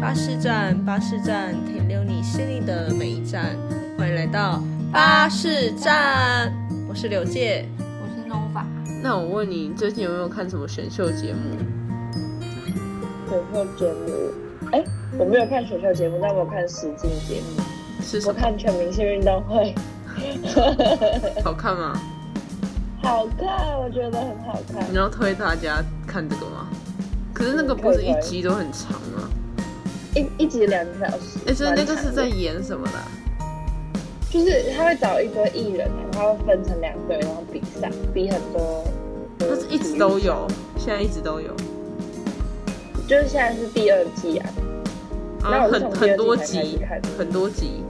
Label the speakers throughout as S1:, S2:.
S1: 巴士站，巴士站，停留你心里的每一站。欢迎来到巴士站，我是刘介。
S2: 我是 Nova，
S3: 那我问你，最近有没有看什么选秀节目？
S4: 选秀节目，哎、我没有看选秀节目，但我有看实境节目，
S3: 是什
S4: 我
S3: 么？
S4: 看全明星运动会，
S3: 好看吗？
S4: 好看，我觉得很好看
S3: 你。要推大家看这个吗？可是那个不是一集都很长吗？
S4: 一一集两小时，
S3: 哎、所以那个
S4: 蛮
S3: 是
S4: 长的
S3: 在，演什么的啊？
S4: 就是他会找一堆艺人，然后分成两队，然后比赛，比很多。
S3: 那是一直都有，现在一直都有，
S4: 就是现在是第二季啊，
S3: 然
S4: 那
S3: 后
S4: 我是
S3: 很
S4: 从第
S3: 很
S4: 二
S3: 多
S4: 季才开始
S3: 集，
S4: 看的。
S3: 很多集。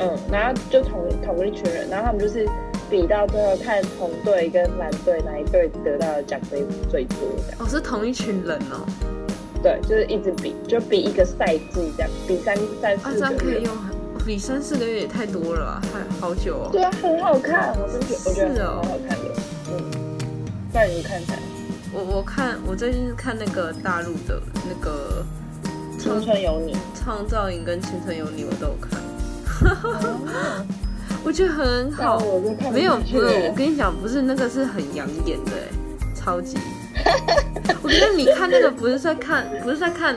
S4: 嗯，然后就同同一群人，然后他们就是比到最后看红队跟蓝队哪一队得到的奖杯最多这样。
S3: 哦，是同一群人哦。
S4: 对，就是一直比，就比一个赛季这样，比三三
S3: 啊，
S4: 四
S3: 这样
S4: 个
S3: 可以
S4: 月。
S3: 用很，比三四个月也太多了、啊，还好久哦。
S4: 对啊，很好看，我真觉得我觉
S3: 是
S4: 得
S3: 哦
S4: 很好看的。嗯，那你看看
S3: 我我看我最近是看那个大陆的那个
S4: 《
S3: 创
S4: 青春有你》
S3: 创造营跟青春有你我都有看， 我觉得很
S4: 哦然
S3: 好
S4: 后。我就看
S3: 没有
S4: 不
S3: 没
S4: 进去
S3: 有，
S4: 了
S3: 我跟你讲，不是那个是很养眼的、欸，超级。 我觉得你看那个不是在看，不是在看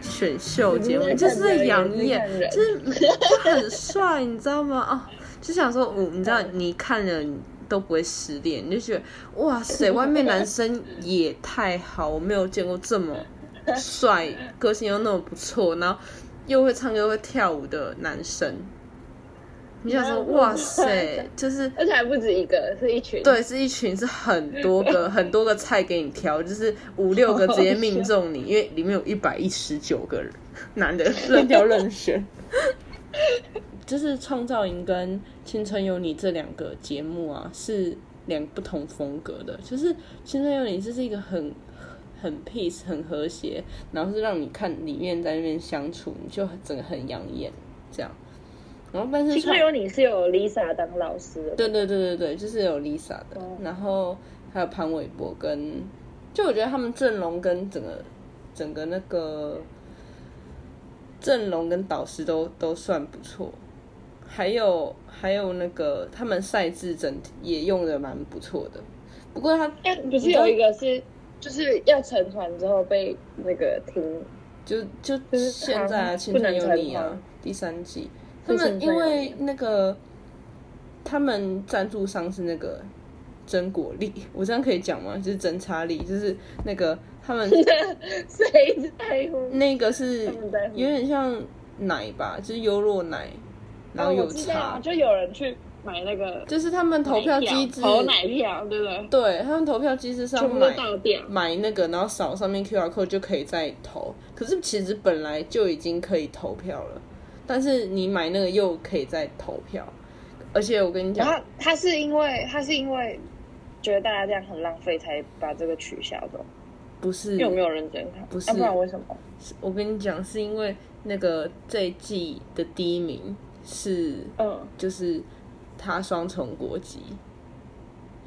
S3: 选秀节目，
S4: 你
S3: 就
S4: 在
S3: 是
S4: 看
S3: 在
S4: 人
S3: 养
S4: 你在
S3: 眼
S4: 看，人
S3: 就是就很帅，你知道吗？哦，就想说，我你知道，你看了你都不会失恋，你就觉得哇塞，外面男生也太好，我没有见过这么帅，个性又那么不错，然后又会唱歌又会跳舞的男生。你就想 说，
S4: 哪有
S3: 哇
S4: 那么
S3: 塞
S4: 帅，
S3: 就是
S4: 而且还不止一个，是一群。，
S3: 对，是一群是很多 个很多个菜给你挑，就是五六个直接命中你，因为里面有一百一十九个人男的任挑任选。 就是创造营跟青春有你这两个节目啊，是两不同风格的。就是青春有你，这是一个很很 peace、很和谐，然后是让你看里面在那边相处，你就整个很养眼这样。然后但是
S4: 《青
S3: 创
S4: 春有你》是有 Lisa 当老师的。
S3: 对对对对对，就是有 Lisa 的，
S4: 哦
S3: 然后还有潘玮柏跟，就我觉得他们阵容跟整个整个那个阵容跟导师都都算不错，还有还有那个他们赛制整体也用的蛮不错的，不过他
S4: 哎，不是有一个是，就是要沉船之后被那个停
S3: 就就
S4: 就是
S3: 现在啊，
S4: 他
S3: 青
S4: 不
S3: 春
S4: 能
S3: 有
S4: 成
S3: 你啊
S4: 团，
S3: 第三季，他
S4: 对
S3: 们因
S4: 青春有
S3: 为
S4: 你
S3: 那个他们赞助商是那个真果粒， 我这样可以讲吗？就是真查理，就是那个他 们
S4: 谁在乎？
S3: 那个是
S4: 他们在乎
S3: 有点像奶吧，就是优酪奶，然后
S4: 哦我
S3: 有
S4: 知道，
S3: 茶，
S4: 就有人去买那个
S3: 就是他们投票机制，
S4: 投奶票，对不对？
S3: 对他们投票机制上
S4: 全部
S3: 买
S4: 都倒掉。
S3: 买那个，然后扫上面 QR code 就可以再投。可是其实本来就已经可以投票了，但是你买那个又可以再投票。而且我跟你
S4: 然
S3: 讲
S4: 后，他是因为他是因为觉得大家这样很浪费，才把这个取消的。
S3: 不是
S4: 有没有认真看？
S3: 嗯不是
S4: 要啊不然为什么？
S3: 我跟你讲，是因为那个这一季的第一名是
S4: 嗯，
S3: 就是他双重国籍，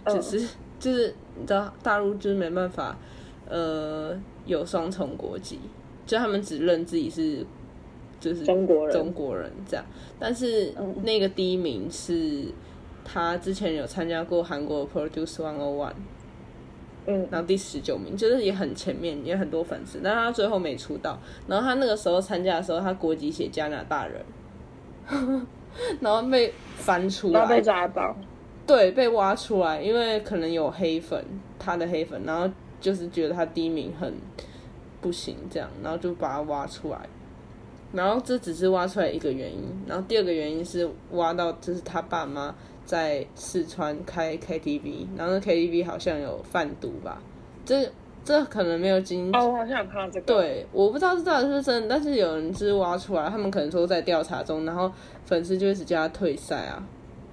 S4: 嗯
S3: 就是、就是你知道大陆就是没办法，呃，有双重国籍，就他们只认自己是就是
S4: 中国人
S3: 中国人这样。但是
S4: 嗯
S3: 那个第一名是他之前有参加过韩国的 Produce One O One，
S4: 嗯
S3: 然后第十九名，就是也很前面，也很多粉丝，但他最后没出道。然后他那个时候参加的时候，他国籍写加拿大人， 然后被翻出
S4: 然后被
S3: 来，
S4: 抓到，
S3: 对，被挖出来，因为可能有黑粉，他的黑粉，然后就是觉得他第一名很不行，这样，然后就把他挖出来。然后这只是挖出来一个原因，然后第二个原因是挖到就是他爸妈在四川开 KTV，然后那 KTV 好像有贩毒吧，这这可能没有经
S4: 哦，我好像有看到这个。，
S3: 对，我不知道这到底是不是真的，但是有人就是挖出来，他们可能说在调查中，然后粉丝就会直接叫他退赛啊，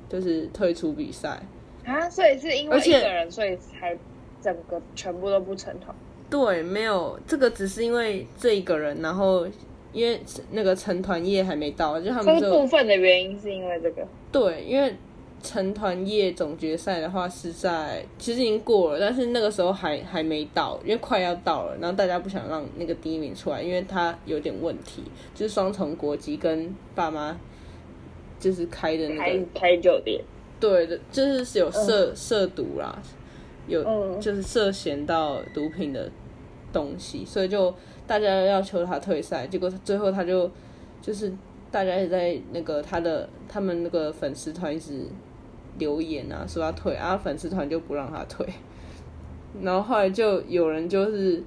S3: 就是退出比赛。
S4: 啊，所以是因为
S3: 而
S4: 一
S3: 且
S4: 个人，所以才整个全部都不成团。
S3: 对，没有这个，只是因为这一个人，然后因为那个成团夜还没到，就他
S4: 这
S3: 们
S4: 是
S3: 就
S4: 部分的原因是因为这个，
S3: 对，因为成团夜总决赛的话是在，其实已经过了，但是那个时候还还没到，因为快要到了，然后大家不想让那个第一名出来，因为他有点问题，就是双重国籍跟爸妈就是开的那
S4: 开
S3: 个，
S4: 开酒店，
S3: 对的，就是是有涉、涉毒啦，有、
S4: 嗯
S3: 就是涉嫌到毒品的东西，所以就大家要求他退赛，结果他最后他就就是大家一直在那个他的他们那个粉丝团一直留言啊，说他退，啊粉丝团就不让他退，然后后来就有人就是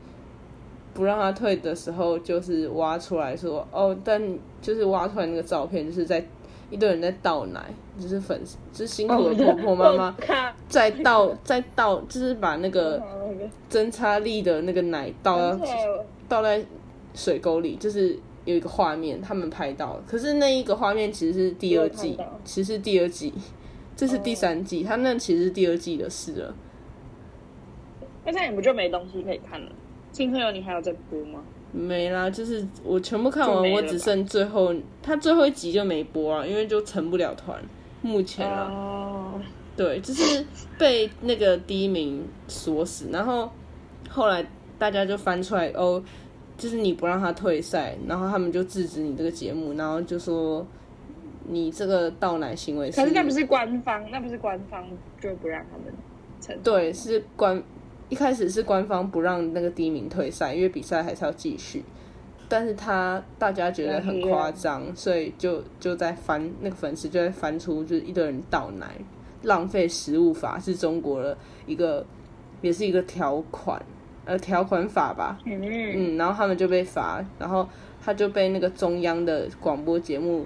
S3: 不让他退的时候，就是挖出来说哦，但就是挖出来那个照片，就是在一堆人在倒奶，就是粉丝就是辛苦的
S4: 哦
S3: 婆婆妈妈
S4: 我看
S3: 在倒在倒，就是把那个
S4: 哦那个
S3: 针插力的那个奶倒到
S4: 真的
S3: 倒在水沟里，就是有一个画面他们拍到了，可是那一个画面其实是第二
S4: 我有
S3: 季
S4: 看到，哦
S3: 其实是第二季，这是第三季，他那其实是第二季的事了。
S4: 那这样你不就没东西可以看了？青春有你还有在播吗？
S3: 没啦，就是我全部看
S4: 就
S3: 完，
S4: 没了
S3: 我
S4: 吧
S3: 只剩最后他最后一集就没播啊，因为就成不了团，目前啊。
S4: 哦，
S3: 对，就是被那个第一名锁死，然后后来大家就翻出来哦，就是你不让他退赛，然后他们就制止你这个节目，然后就说你这个倒奶行为
S4: 可是那不是官方，那不是官方就不让他们成
S3: 对，是官一开始是官方不让那个第一名退赛，因为比赛还是要继续。但是他大家觉得很夸张，所以就就在翻那个粉丝就在翻出就是一堆人倒奶，浪费食物法是中国的一个也是一个条款，呃条款法吧，
S4: 嗯，
S3: 嗯，然后他们就被罚，然后他就被那个中央的广播节目，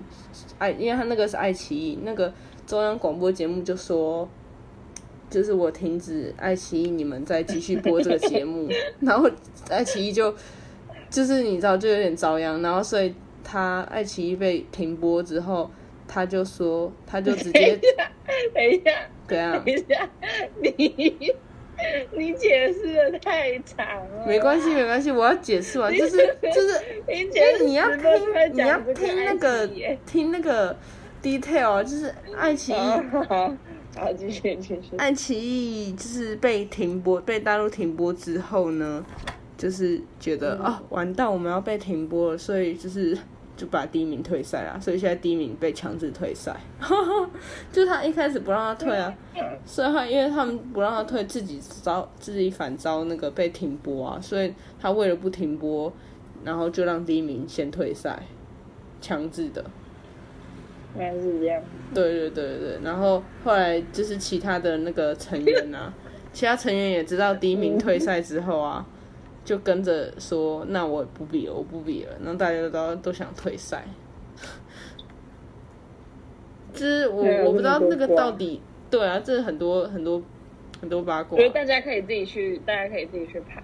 S3: 爱，因为他那个是爱奇艺，那个中央广播节目就说，就是我停止爱奇艺，你们再继续播这个节目，然后爱奇艺就就是你知道就有点遭殃，然后所以他爱奇艺被停播之后，他就说他就直接啊
S4: 等一下，
S3: 怎样
S4: 等。一下，你你解释的太长了，
S3: 没关系，没关系，我要解释完，就是就是
S4: 你
S3: 就
S4: 解
S3: 是
S4: 释
S3: 你要
S4: 十
S3: 听
S4: 分钟在，
S3: 你要
S4: 讲这
S3: 听那
S4: 爱
S3: 个
S4: 奇艺耶
S3: 听那个 detail，啊就是爱奇艺，
S4: 好好好，继续继续。
S3: 爱奇艺就是被停播，被大陆停播之后呢，就是觉得啊、完蛋，我们要被停播了，所以就是就把第一名退赛啦，所以现在第一名被强制退赛， 就是他一开始不让他退啊，所以他因为他们不让他退，自己招自己反招那个被停播啊，所以他为了不停播，然后就让第一名先退赛，强制的。
S4: 原来是这样，
S3: 对对对对对，然后后来就是其他的那个成员啊，其他成员也知道第一名退赛之后啊，就跟着说那我不比了，我不比了，然后大家都都想退赛。 就是我
S4: 对啊
S3: 我不知道
S4: 这
S3: 那
S4: 么多
S3: 个
S4: 瓜
S3: 到底对啊，这很多很多很多八
S4: 我
S3: 卦
S4: 觉。得大家可以自己去，大家可以自己去爬。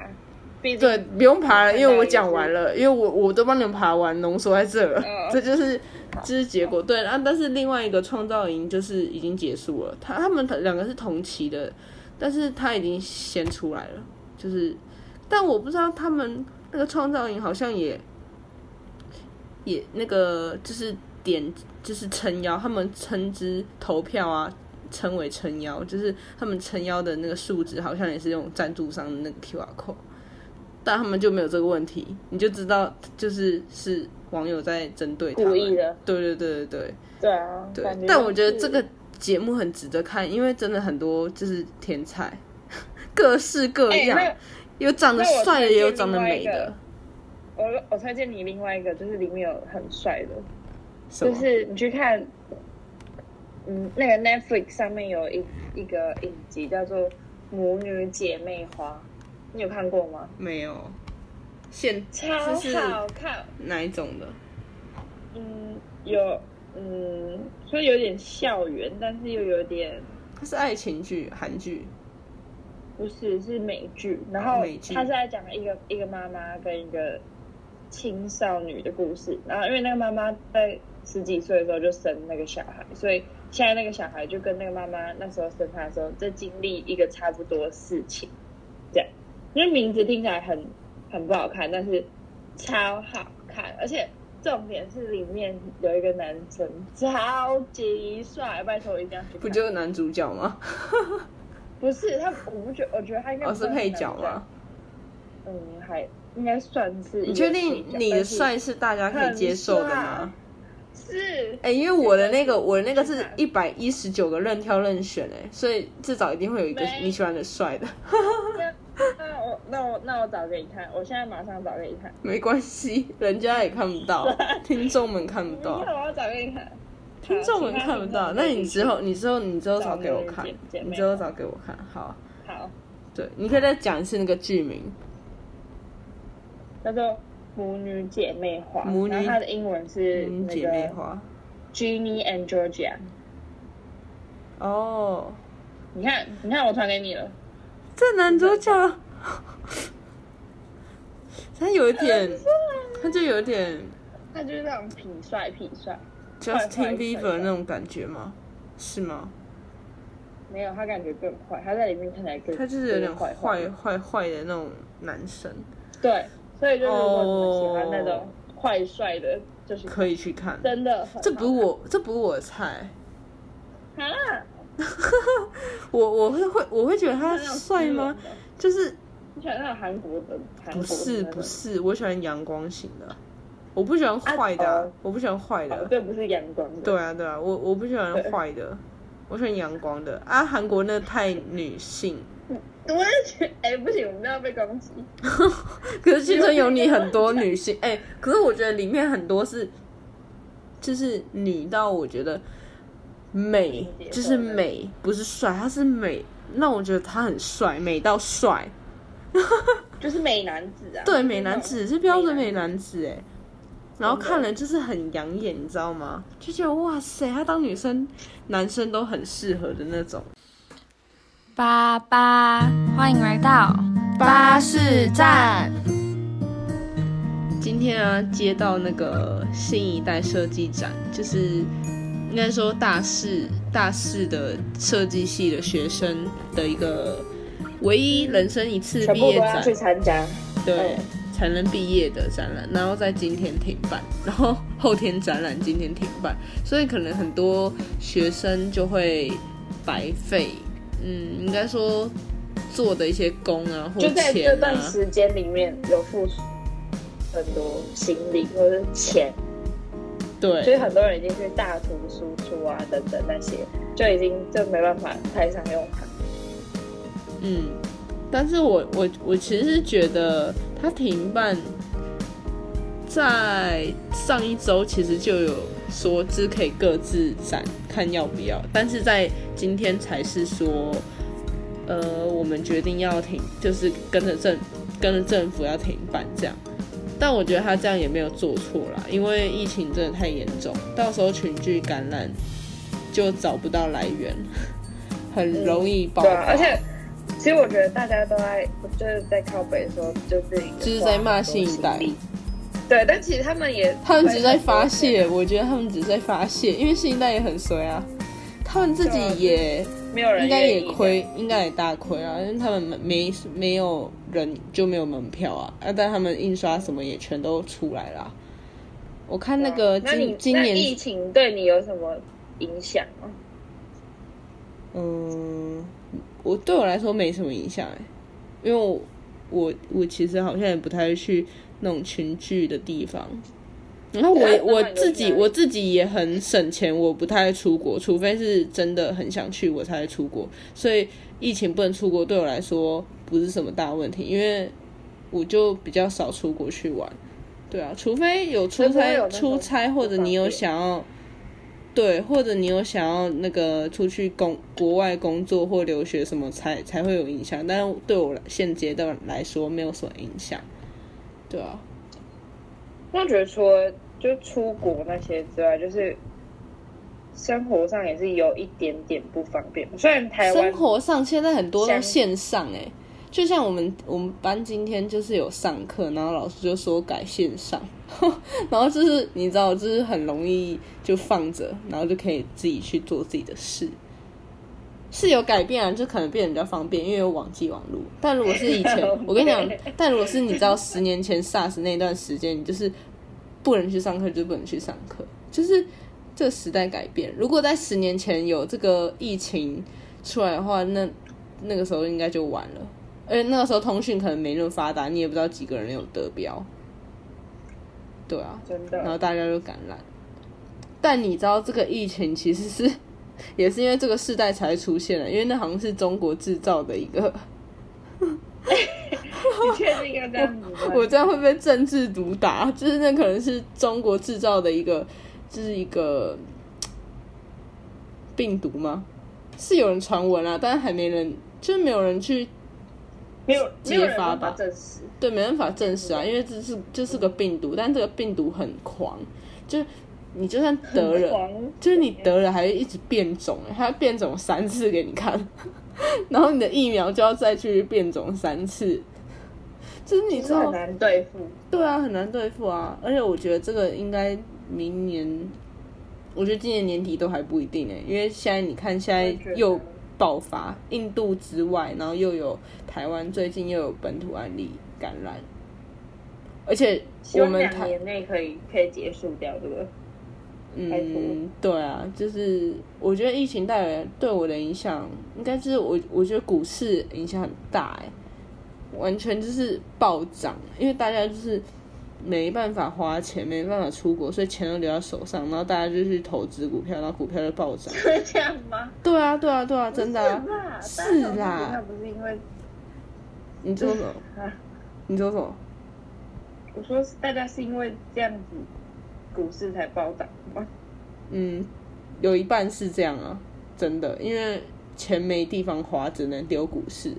S4: 毕
S3: 对，
S4: 竟
S3: 不用爬了，因为我讲完了，因为我我都帮你们爬完，浓缩在这了，
S4: 嗯
S3: 这就是这是结果。对，啊，但是另外一个创造营就是已经结束了，他他们两个是同期的，但是他已经先出来了，就是，但我不知道他们那个创造营好像也也那个就是点就是撑腰，他们称之投票啊。称为撑腰，就是他们撑腰的那个数值，好像也是用赞助商的那个 QR code。但他们就没有这个问题，你就知道就是是网友在针对他们
S4: 故意的。
S3: 对对对对对
S4: 对啊，
S3: 对
S4: 感
S3: 但我
S4: 像
S3: 觉得
S4: 是
S3: 这个节目很值得看，因为真的很多就是天才，各式各
S4: 哎
S3: 样，
S4: 那
S3: 有长得
S4: 那我
S3: 帅的，
S4: 推荐
S3: 也有长得美
S4: 另外一
S3: 的
S4: 个。我我推荐你另外一个，就是里面有很帅的，
S3: 什
S4: 就
S3: 么？
S4: 是你去看，嗯，那个 Netflix 上面有一一个影集叫做《母女姐妹花》，你有看过吗？
S3: 没有。现
S4: 超
S3: 这是
S4: 好看，
S3: 哪一种的？
S4: 嗯，有，嗯，所以有点校园，但是又有点
S3: 它是爱情剧、韩剧。
S4: 不是是美剧，然后
S3: 美剧
S4: 他是在讲一个一个妈妈跟一个青少女的故事，然后因为那个妈妈在十几岁的时候就生那个小孩，所以现在那个小孩就跟那个妈妈那时候生他的时候在经历一个差不多的事情，这样，因为名字听起来很很不好看，但是超好看，而且重点是里面有一个男生超级帅，拜托我一定要去看。
S3: 不就是男主角吗？
S4: 不是他，我不觉，我觉得他应该
S3: 我哦
S4: 不
S3: 是
S4: 算
S3: 配
S4: 男
S3: 角
S4: 帅
S3: 吗？？
S4: 嗯，还应该算是
S3: 你
S4: 一个配角。
S3: 确定你的
S4: 但是
S3: 帅是大家可以接受的吗？
S4: 是
S3: 哎、因为我的那个，我的那个是一百一十九个任挑任选哎、所以至少一定会有一个
S4: 没
S3: 你喜欢的帅的，
S4: 那那我那我那我找给你看，我现在马上找给你看。
S3: 没关系，人家也看不 到，听众们看不
S4: 你
S3: 到，
S4: 看，我要找给你看。
S3: 听众们看不到。那你之后，你之后，你之后找给我看
S4: 找那个姐，姐妹
S3: 你之后找给我看，好。
S4: 好，
S3: 对，你可以再讲一次那个剧名，
S4: 叫做《母女姐妹花》，
S3: 母女
S4: 然后它的英文是
S3: 嗯，
S4: 那
S3: 姐妹
S4: 个
S3: 花。
S4: Jenny and Georgia。
S3: 哦，
S4: 你看，你看，我传给你了。
S3: 这男主角，他有一点，他就有点
S4: 他就是那种痞帅，痞帅。
S3: Justin
S4: 坏
S3: Bieber 那种感觉吗？是吗？
S4: 没有，他感觉更坏，他在里面看起来更
S3: 他就是有点坏
S4: 坏。
S3: 坏坏的那种男生，
S4: 对，所以就如果你们喜欢那
S3: 哦
S4: 种坏帅的，就是
S3: 可以去看。
S4: 真的很好看。
S3: 这不是我，这不是我的菜。
S4: 啊，
S3: 我我会会我会觉得他
S4: 那种
S3: 帅吗
S4: 斯文？的？
S3: 就是
S4: 你喜欢那种韩国的？韩
S3: 不
S4: 国的
S3: 是
S4: 那种
S3: 不。是，我喜欢阳光型的，我不喜欢坏的啊、
S4: 哦
S3: 我不喜欢坏的
S4: 哦，。对，不是阳光的。
S3: 对啊，对啊，我我不喜欢
S4: 对
S3: 坏的，我喜欢阳光的啊。韩国那太女性，
S4: 我也觉得，哎，不行，我们都要被攻击。
S3: 可是《青春有你》很多女性，哎、可是我觉得里面很多是，就是女到我觉得美
S4: 不能接，受
S3: 就是美，不是帅，她是美，让我觉得她很帅，美到帅，
S4: 就是美男子啊。
S3: 对，美男子是标准美男子哎、然后
S4: 真的
S3: 看了就是很养眼，你知道吗？就觉得哇塞，她当女生、男生都很适合的那种。
S2: 八八，欢迎来到巴士站。
S3: 今天啊，接到那个新一代设计展，就是应该说大四大四的设计系的学生的一个唯一人生一次
S4: 全
S3: 毕
S4: 部
S3: 业
S4: 都要
S3: 展
S4: 去，参加。
S3: 对，才能毕业的展览，然后在今天停办，然后后天展览，今天停办，所以可能很多学生就会白费，嗯，应该说做的一些工啊或
S4: 就
S3: 钱啊，
S4: 在这段时间里面有付出很多心力或者是钱，
S3: 对，
S4: 所以很多人已经去大图输出啊等等那些，就已经就没办法派上用场。
S3: 嗯，但是我我我其实是觉得它停办在上一周其实就有说只可以各自展看要不要，但是在今天才是说，呃，我们决定要停，就是跟着政跟着政府要停办这样。但我觉得他这样也没有做错啦，因为疫情真的太严重，到时候群聚感染就找不到来源，很容易爆
S4: 对
S3: 发、
S4: 啊，而且其实我觉得大家都在就是在靠北说，就是
S3: 就是在骂新一代。
S4: 对，但其实他们也
S3: 他们只是在发泄，我觉得他们只是在发泄，因为新一代也很衰啊，他们自己也
S4: 没有人
S3: 应该
S4: 愿意
S3: 也亏，应该也大亏啊，因为他们没没有人就没有门票啊，啊，但他们印刷什么也全都出来啦。我看
S4: 这
S3: 那
S4: 样。
S3: 个
S4: 啊那你
S3: 今今
S4: 那疫
S3: 年，
S4: 情对你有什么影响吗？
S3: 嗯，我对我来说没什么影响哎、因为我我我其实好像也不太会去那种群聚的地方。然后我
S4: 对啊
S3: 我
S4: 那你
S3: 自己
S4: 在
S3: 我自己也很省钱，我不太出国，除非是真的很想去我才会出国。所以疫情不能出国对我来说不是什么大问题，因为我就比较少出国去玩。对啊，除非有出
S4: 除非
S3: 差
S4: 有那种
S3: 出差，或者你有想要。对，或者你有想要那个出去工国外工作或留学什么才才会有影响，但是对我来现阶段来说没有什么影响，对啊，
S4: 那我觉得除了就出国那些之外，就是生活上也是有一点点不方便。虽然台湾
S3: 生活上现在很多都
S4: 像
S3: 线上哎、就像我们我们班今天就是有上课，然后老师就说改线上， 然后就是你知道，就是很容易就放着，然后就可以自己去做自己的事。是有改变啊，就可能变得比较方便，因为有网际网路。但如果是以前
S4: OK，
S3: 我跟你讲，但如果是你知道十年前 SARS 那段时间，你就是不能去上课就不能去上课，就是这个时代改变。如果在十年前有这个疫情出来的话，那那个时候应该就完了。而且那个时候通讯可能没那么发达，你也不知道几个人有得标。对啊，
S4: 真
S3: 然后
S4: 的，
S3: 大家就感染。但你知道这个疫情其实是 也是因为这个世代才出现的，因为那好像是中国制造的一个，
S4: 你确定要这样子吗？
S3: 我这样会被政治毒打，就是那可能是中国制造的一个，就是一个病毒吗？是有人传闻啊，但是还没人，就是没有人去
S4: 没有没有
S3: 揭
S4: 人
S3: 发
S4: 办
S3: 吧
S4: 法证实，
S3: 对，没办法证实啊，因为这是这是个病毒，但这个病毒很狂，就是你就算得了，
S4: 狂
S3: 就是你得了还会一直变种，欸它会变种三次给你看， 然后你的疫苗就要再去变种三次，就是你知
S4: 是很
S3: 道，
S4: 难对付。
S3: 对啊，很难对付啊，而且我觉得这个应该明年，我觉得今年年底都还不一定呢、因为现在你看现
S4: 我也觉
S3: 在
S4: 得
S3: 又爆发，印度之外，然后又有台湾最近又有本土案例感染，而且
S4: 希
S3: 我
S4: 望
S3: 们
S4: 两
S3: 台
S4: 年内可以可以结束掉这个。开
S3: 嗯
S4: 脱，
S3: 对啊，就是我觉得疫情带来对我的影响，应该就是我我觉得股市影响很大哎、完全就是暴涨，因为大家就是没办法花钱，没办法出国，所以钱都留在手上，然后大家就去投资股票，然后股票就暴涨。
S4: 是 这样吗？
S3: 对啊，对啊，对啊，真的、啊
S4: 是啦，
S3: 是啦
S4: 那不是因为
S3: 你说什么？
S4: 啊，
S3: 你说什么？
S4: 我说是大家是因为这样子股市才暴涨吗？
S3: 嗯，有一半是这样啊，真的，因为钱没地方花，只能丢股市。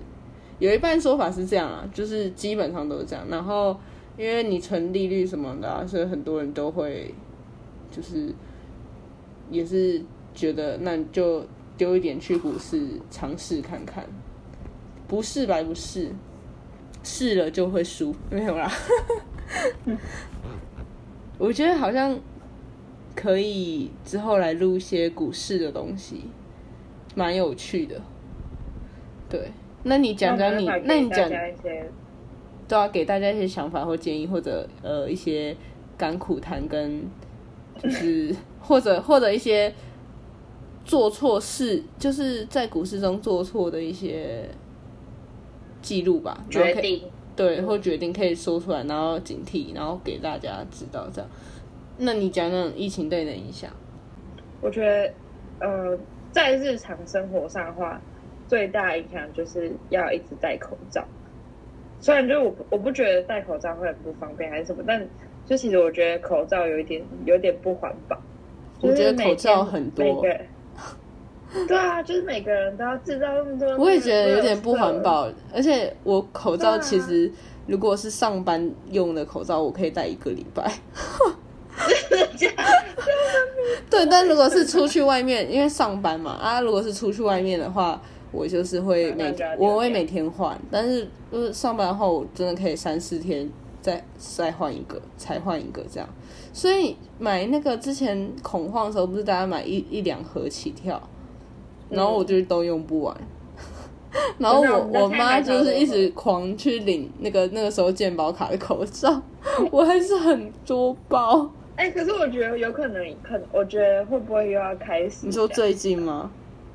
S3: 有一半说法是这样啊，就是基本上都是这样。然后因为你存利率什么的、啊，所以很多人都会就是也是觉得那你就丢一点去股市尝试看看，不试白不试，试了就会输，没有啦。 我觉得好像可以之后来录一些股市的东西，蛮有趣的。对，那你讲讲你，那你讲
S4: 大家一些
S3: 都要给大家一些想法或建议，或者呃一些甘苦谈跟就是 或者或者一些做错事，就是在股市中做错的一些记录吧，然后
S4: 决
S3: 可以
S4: 定，
S3: 对或决定可以说出来，然后警惕，然后给大家知道这样。那你讲讲疫情对你的影响？
S4: 我觉得呃，在日常生活上的话，最大影响就是要一直戴口罩。虽然就是我不我不觉得戴口罩会很不方便还是什么，但就其实我觉得口罩有一点有点不环保。
S3: 我觉得
S4: 就是每
S3: 口罩
S4: 天
S3: 很多
S4: 每个人 对啊，就是每个人都要制造那么多。
S3: 我也觉得有点不环。保，而且我口
S4: 啊
S3: 罩其实如果是上班用的口罩，我可以戴一个礼拜。 对，但如果是出去外面，因为上班嘛啊，如果是出去外面的话，我就是会
S4: 那
S3: 每
S4: 就要
S3: 我
S4: 丢
S3: 会
S4: 掉
S3: 每天换，但是就是上班的话，我真的可以三四天再再换一个，才换一个这样。所以买那个之前恐慌的时候，不是大家买一一两盒起跳，然后我就都用不完。然后
S4: 嗯真的啊
S3: 我我
S4: 我们家
S3: 妈
S4: 现在
S3: 就
S4: 买
S3: 是一
S4: 超
S3: 直
S4: 多
S3: 狂去领那个那个时候健保卡的口罩， 我还是很多包。
S4: 哎、可是我觉得有可能，可能我觉得会不会又要开始？
S3: 你说最近吗？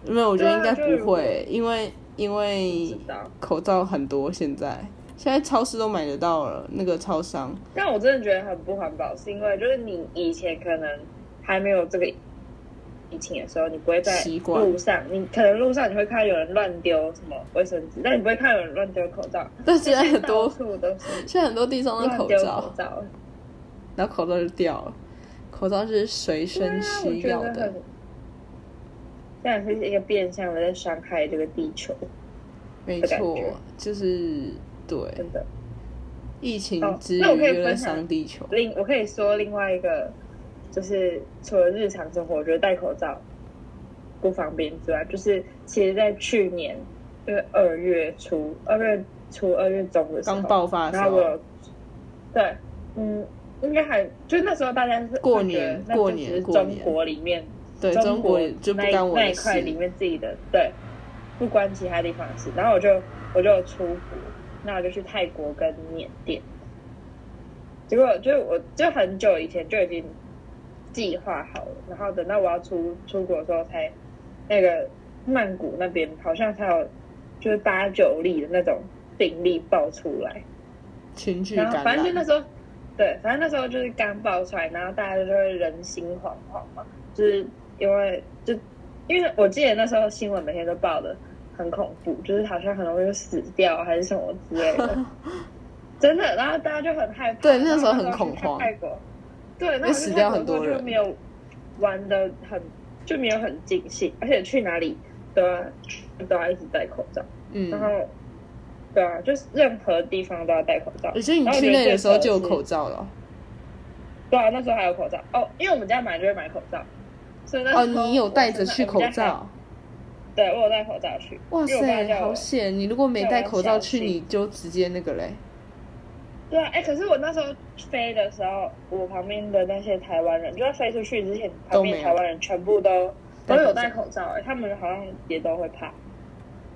S3: 没有，我觉得应该
S4: 对啊就
S3: 不会，因为因
S4: 知
S3: 为
S4: 道，
S3: 口罩很多，现在现在超市都买得到了，那个超商。
S4: 但我真的觉得很不环保，是因为就是你以前可能还没有这个疫情的时候，你不会在
S3: 习惯
S4: 路上，你可能路上你会看到有人乱丢什么卫生纸，但你不会看到有人乱丢口罩。
S3: 但 现在很
S4: 到
S3: 多
S4: 处都 是
S3: 现在很多地方的
S4: 乱
S3: 口
S4: 丢
S3: 罩，
S4: 口罩，
S3: 然后口罩就掉了，口罩是随身需
S4: 对啊
S3: 要
S4: 我觉得
S3: 的
S4: 很。这样是一个变相的在伤害这个地球，
S3: 没
S4: 感
S3: 错
S4: 觉，
S3: 就是对
S4: 真的。
S3: 疫情
S4: 哦
S3: 之余
S4: 那我可以
S3: 又在
S4: 分享
S3: 伤地球。
S4: 另我可以说另外一个，就是除了日常生活，我觉得戴口罩不方便之外，就是其实在去年就是二月初、二月初、二月中的时候，
S3: 刚爆发的
S4: 然
S3: 时
S4: 后
S3: 候，
S4: 我对，嗯，应该还就那时候大家是
S3: 过
S4: 会觉
S3: 年
S4: 得那
S3: 过
S4: 就只
S3: 年
S4: 是
S3: 过
S4: 中
S3: 年
S4: 国里面
S3: 对中
S4: 中
S3: 国
S4: 国
S3: 就不
S4: 那一
S3: 干我
S4: 那
S3: 的
S4: 一块里
S3: 事。
S4: 面自己的对，不关其他地方的事。然后我就我就出国，那我就去泰国跟缅甸，结果就是我就很久以前就已经计划好了，然后等到我要出出国的时候才那个曼谷那边好像才有就是八九例的那种病例爆出来，
S3: 群聚
S4: 然后
S3: 感
S4: 反正就那
S3: 染，
S4: 时候，对，反正那时候就是刚爆出来，然后大家就会人心惶惶嘛，就是因为就因为我记得那时候新闻每天都报的很恐怖，就是好像很容易就死掉啊还是什么之 类的，真的，然后大家就很害怕，
S3: 对那
S4: 然后
S3: 时候很恐
S4: 去看
S3: 慌
S4: 泰国，对，那
S3: 因为死掉很多人
S4: 就没有玩的很就没有很尽兴，而且去哪里都要都要一直戴口罩，然
S3: 嗯，
S4: 后。对啊，就是任何地方都要戴口罩。
S3: 而且你
S4: 然后我
S3: 去
S4: 觉得
S3: 那里的
S4: 最
S3: 时候
S4: 扯
S3: 就有
S4: 是
S3: 口罩了。
S4: 对啊，那时候还有口罩哦，因为我们家买就会买口罩，所以那时候
S3: 哦，你有带着去口
S4: 我身上？
S3: 罩？
S4: 我们家还对，我有戴口罩去。
S3: 哇
S4: 因为我爸
S3: 塞，
S4: 叫我
S3: 好险！你如果没
S4: 叫我
S3: 戴口罩
S4: 小
S3: 去，
S4: 心
S3: 你就直接那个嘞。
S4: 对啊，哎、可是我那时候飞的时候，我旁边的那些台湾人，就在飞出去之前，
S3: 都
S4: 旁
S3: 没有
S4: 边台湾人全部都
S3: 戴口罩
S4: 都有戴口罩、哎他们好像也都会怕，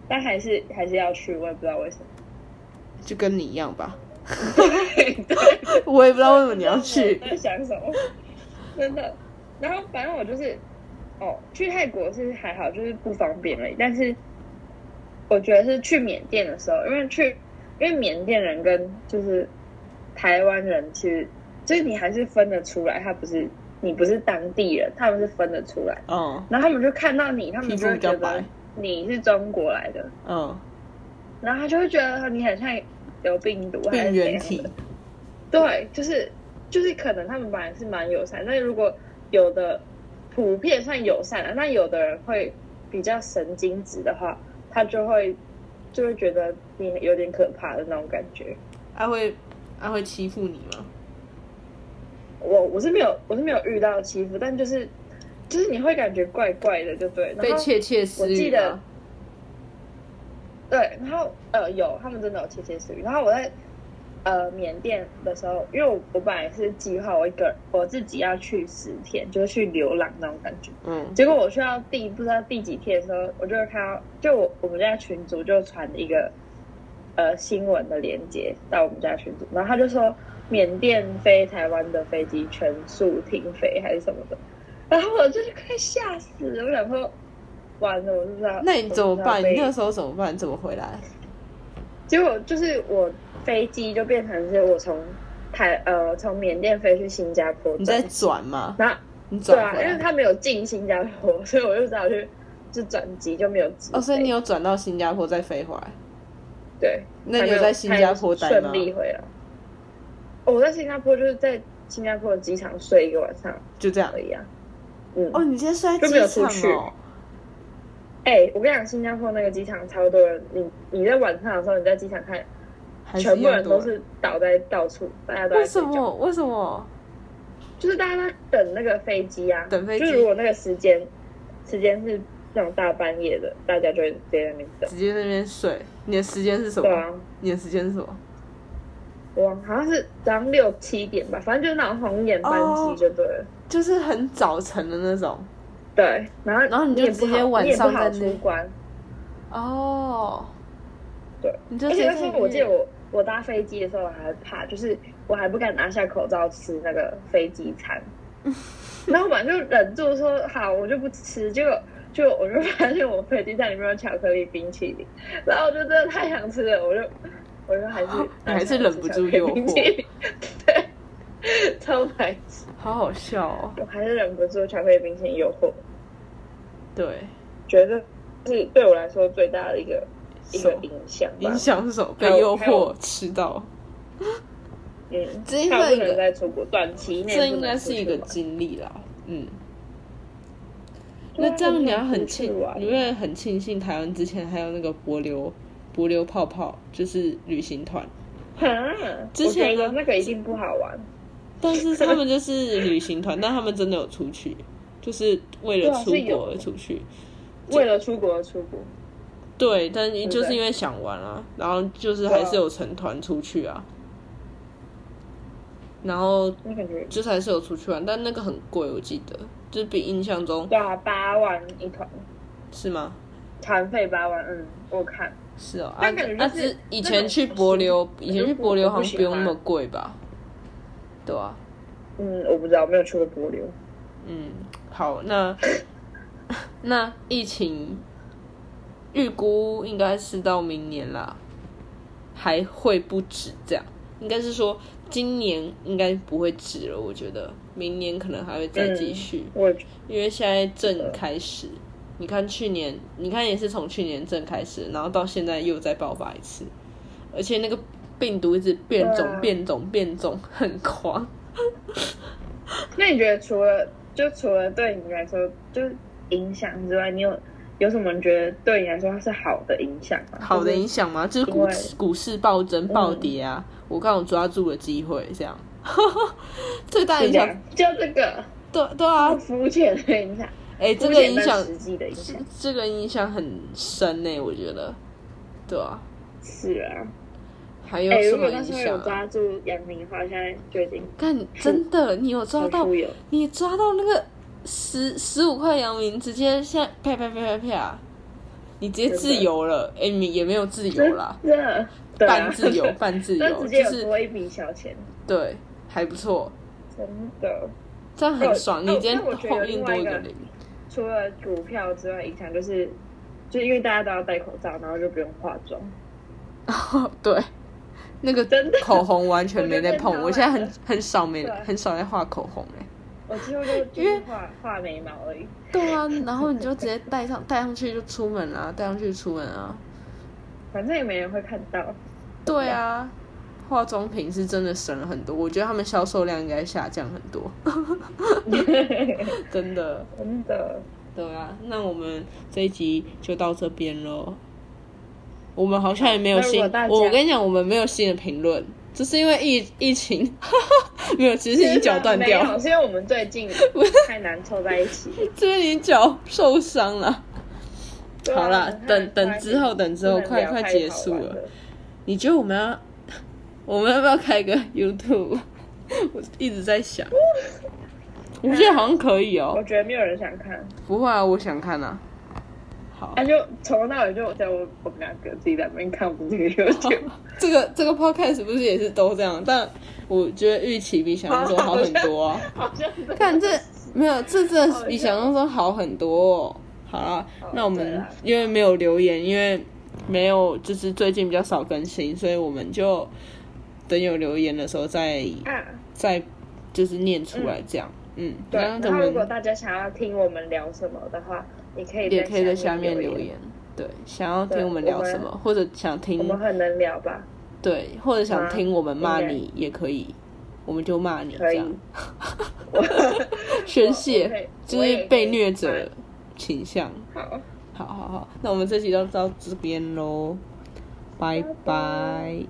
S4: 但还是还是要去，我也不知道为 什么。
S3: 就跟你一样吧，
S4: 对对。
S3: 我也不知道为什么你要 去
S4: 我。在想什么？真的。然后反正我就是，哦，去泰国是还好，就是不方便而已。但是我觉得是去缅甸的时候，因为去，因为缅甸人跟就是台湾人，其实就是你还是分得出来，他不是你不是当地人，他们是分得出来。
S3: 嗯
S4: 然后他们就看到你，他们就
S3: 皮
S4: 会觉
S3: 肤比较白
S4: 得你是中国来的，
S3: 嗯，
S4: 然后他就会觉得你很像有病毒还
S3: 病
S4: 是怎
S3: 原
S4: 样的
S3: 体。
S4: 对，就是就是可能他们本来是蛮友善，但是如果有的普遍算友善啊，那有的人会比较神经质的话，他就会就会觉得你有点可怕的那种感觉。
S3: 他会他会欺负你吗？
S4: 我我是没有我是没有遇到欺负，但就是就是你会感觉怪怪的，就对。然
S3: 被
S4: 后
S3: 窃窃私
S4: 我记
S3: 语
S4: 得
S3: 吗？
S4: 对，然后呃有，他们真的有窃窃私语。然后我在呃缅甸的时候，因为我我本来是计划我一个我自己要去十天，就是去流浪那种感觉。
S3: 嗯，
S4: 结果我去到第不知道第几天的时候，我就看到，就我我们家群组就传一个呃新闻的连接到我们家群组，然后他就说缅甸飞台湾的飞机全速停飞还是什么的，然后我就是快吓死了，我想说完了，我就知道
S3: 那你怎么办？
S4: 我
S3: 你
S4: 不知道
S3: 那
S4: 被
S3: 时候怎么办？怎么回来？
S4: 结果就是我飞机就变成是我从台呃从缅甸飞去新加坡转，
S3: 你在转吗？
S4: 然后
S3: 你
S4: 对
S3: 转
S4: 啊，
S3: 回
S4: 因为
S3: 来？
S4: 他没有进新加坡， 所以我就只好去就转机就没有直飞
S3: 哦，所以你有转到新加坡再飞回来？
S4: 对，
S3: 那
S4: 还
S3: 你
S4: 没
S3: 有在新加坡待吗
S4: 顺？利回来。哦我在新加坡就是在新加坡的机场睡一个晚上
S3: 就这样
S4: 而。已啊。嗯，
S3: 哦，你今天睡在
S4: 就没有
S3: 机场
S4: 出去
S3: 哦？
S4: 哎、我跟你讲，新加坡那个机场超多人，你你在晚上的时候你在机场看，
S3: 还是
S4: 全
S3: 一
S4: 部
S3: 样
S4: 人
S3: 多
S4: 都是倒在到处，大家都
S3: 为
S4: 在
S3: 什
S4: 睡觉，
S3: 么？为什么？
S4: 就是大家在等那个飞机啊，
S3: 等飞机
S4: 就是如果那个时间时间是那种大半夜的，大家就会直接在那边等。
S3: 直接在那边睡？你的时间是什
S4: 对
S3: 么？
S4: 啊，
S3: 你的时间是什么？
S4: 我好像是早上六七点吧，反正就是那种红眼班
S3: 哦
S4: 机就对了。
S3: 就是很早晨的那种。
S4: 对，然后
S3: 然后你就
S4: 也不
S3: 直接
S4: 好
S3: 晚
S4: 你也不
S3: 上
S4: 好
S3: 在
S4: 出
S3: 那
S4: 关，
S3: 哦，
S4: 对，
S3: 你就
S4: 而
S3: 直
S4: 且
S3: 接
S4: 那时候我记得我我搭飞机的时候我还怕，就是我还不敢拿下口罩吃那个飞机餐， 然后我本来就忍住说好我就不吃，结果就我就发现我飞机餐里面有巧克力冰淇淋，然后我就真的太想吃了，我就我就还是
S3: 你 还是忍不住诱惑
S4: 拿下了巧克力冰淇淋， 对，超白痴，
S3: 好好笑哦。
S4: 我还是忍不住巧克力冰淇淋诱惑。啊
S3: 对，
S4: 觉得是对我来说最大的一个一
S3: 什
S4: 个
S3: 么
S4: 影响吧。
S3: 影响是什么？被
S4: 还有
S3: 诱
S4: 还有
S3: 惑吃到，
S4: 嗯，
S3: 这应该
S4: 还有不
S3: 一个
S4: 能再出国，短期内
S3: 这
S4: 不
S3: 应
S4: 能
S3: 该
S4: 出
S3: 是一
S4: 去
S3: 个
S4: 玩
S3: 经历啦。嗯，
S4: 对啊
S3: 那这样你要
S4: 不能
S3: 很
S4: 出去
S3: 庆，
S4: 玩
S3: 你会很庆幸台湾之前还有那个柏流柏流泡泡，就是旅行团，
S4: 哈，
S3: 之前
S4: 我觉
S3: 呢
S4: 得那个一定不好玩，
S3: 但是他们就是旅行 团，但他们真的有出去，就是为
S4: 对
S3: 了
S4: 啊
S3: 出
S4: 是有
S3: 国而出去。
S4: 为了出国而出国。
S3: 对，但就是
S4: 对
S3: 因为想玩啊，然后就是
S4: 对
S3: 还
S4: 啊
S3: 是有成团出去啊，然后
S4: 那感觉
S3: 就是还是有出去玩，但那个很贵，我记得，就是比印象中
S4: 对啊，八万一团，
S3: 是吗？
S4: 团费八万，嗯，我看
S3: 是哦，啊
S4: 但感觉
S3: 啊，
S4: 就是
S3: 之以
S4: 那
S3: 前
S4: 种
S3: 去
S4: 不
S3: 柏
S4: 行
S3: 流，以前去
S4: 我
S3: 柏流
S4: 我
S3: 好
S4: 不
S3: 像
S4: 喜
S3: 不用那么
S4: 欢
S3: 贵吧？对啊，
S4: 嗯，我不知道，没有去过柏流。
S3: 嗯，好，那 那疫情预估应该是到明年啦，还会不止这样，应该是说今年应该不会止了，我觉得明年可能还会再继续，
S4: 我也觉
S3: 因为现在正开始。你看去年，你看也是从去年正开始，然后到现在又再爆发一次，而且那个病毒一直变种、
S4: 对啊
S3: 变种、变种，很狂。
S4: 那你觉得除了就除了对你来说就是影响之外，你有有什么觉得对你来说它是好的影响吗？
S3: 好的影响吗？就是股
S4: 对嗯
S3: 股市暴增暴跌啊！我刚好抓住了机会，这样 最大
S4: 就是
S3: 影
S4: 这
S3: 响
S4: 样，就这个
S3: 对对啊
S4: 好！肤浅的影响，
S3: 哎、这
S4: 肤
S3: 个
S4: 浅
S3: 影
S4: 但
S3: 响，
S4: 实际的影响
S3: 这个影响很深呢、欸我觉得，对啊，
S4: 是啊。
S3: 还有
S4: 哎、
S3: 什
S4: 如
S3: 么
S4: 果那
S3: 影
S4: 时候有
S3: 响、啊？
S4: 抓住杨明的话，现在就已经
S3: 看、真的，你有抓
S4: 很
S3: 到
S4: 富有。
S3: 你抓到那个十十五块阳明，直接现在啪啪啪啪啪，你直接自由了。哎、你也没有自由啦，
S4: 真的，对啊
S3: 半自 由，半自
S4: 那
S3: 由，
S4: 直接
S3: 就
S4: 有
S3: 是
S4: 多一笔小钱，
S3: 对，还不错。
S4: 真的。
S3: 这样很爽，
S4: 哦
S3: 你今天后面多一
S4: 那我觉得
S3: 个
S4: 另 外
S3: 零。
S4: 除了股票之外，影响就是，就因为大家都要戴口罩，然后就不用化妆。
S3: 哦对，那个
S4: 真的
S3: 口红完全没在碰，
S4: 我觉
S3: 我现在
S4: 得
S3: 很很少没
S4: 对
S3: 很少在画口红哎、
S4: 我几乎就就
S3: 因为
S4: 是画画眉毛而已。
S3: 对啊，然后你就直接戴上，戴上去就出门啦、戴上去就出门啊。
S4: 反正也没人会看 到。
S3: 对啊，化妆品是真的省了很多，我觉得他们销售量应该下降很多，真的。
S4: 真的，
S3: 对啊，那我们这一集就到这边喽。我们好像也没有新
S4: 那如果大，家
S3: 我跟你讲，我们没有新的评论，这是因为疫疫情， 没有，只是你脚断
S4: 没有
S3: 掉，
S4: 是因为我们最 近太难凑在一起。
S3: 只是你脚受伤了。
S4: 对啊
S3: 好啦
S4: 我们
S3: 等
S4: 太
S3: 等之后等之后
S4: 不能聊
S3: 快快
S4: 太
S3: 结
S4: 好
S3: 束
S4: 玩
S3: 了你觉得我们要，我们要不要开个 YouTube？我一直在想，我觉得好像可以
S4: 我
S3: 哦。
S4: 觉得没有人想看，
S3: 不会啊，我想看啊。好
S4: 那、，就从头到尾就在我我们两个自己在那边看我们这个 YouTube，
S3: 这个这个 podcast 不是也是都这样？但我觉得预期比想象中好很多啊。
S4: 好像真的
S3: 看这没有，这真的
S4: 好
S3: 是
S4: 笑
S3: 比想象中好很多、哦。好啦，那我
S4: 对
S3: 们
S4: 啦
S3: 因为没有留言，因为没有就是最近比较少更新，所以我们就等有留言的时候再
S4: 啊，
S3: 再就是念出来这样。嗯，
S4: 对。
S3: 那
S4: 然
S3: 我
S4: 后如果
S3: 们
S4: 大家想要听我们聊什么的话，你可以
S3: 也可以在下面
S4: 面
S3: 留言
S4: 言，。
S3: 对，想要听
S4: 对
S3: 我们聊
S4: 我们
S3: 什么，或者想听
S4: 我们很能聊吧？
S3: 对，或者想
S4: 啊
S3: 听我们骂
S4: 应该
S3: 你也可以，我们就骂你
S4: 可
S3: 这
S4: 以
S3: 样，宣
S4: 我可
S3: 泄
S4: 以，
S3: 就
S4: 我也
S3: 是
S4: 可以
S3: 被虐
S4: 骂
S3: 者
S4: 你
S3: 倾向。
S4: 好，
S3: 好好好，那我们这集就到这边喽，拜拜。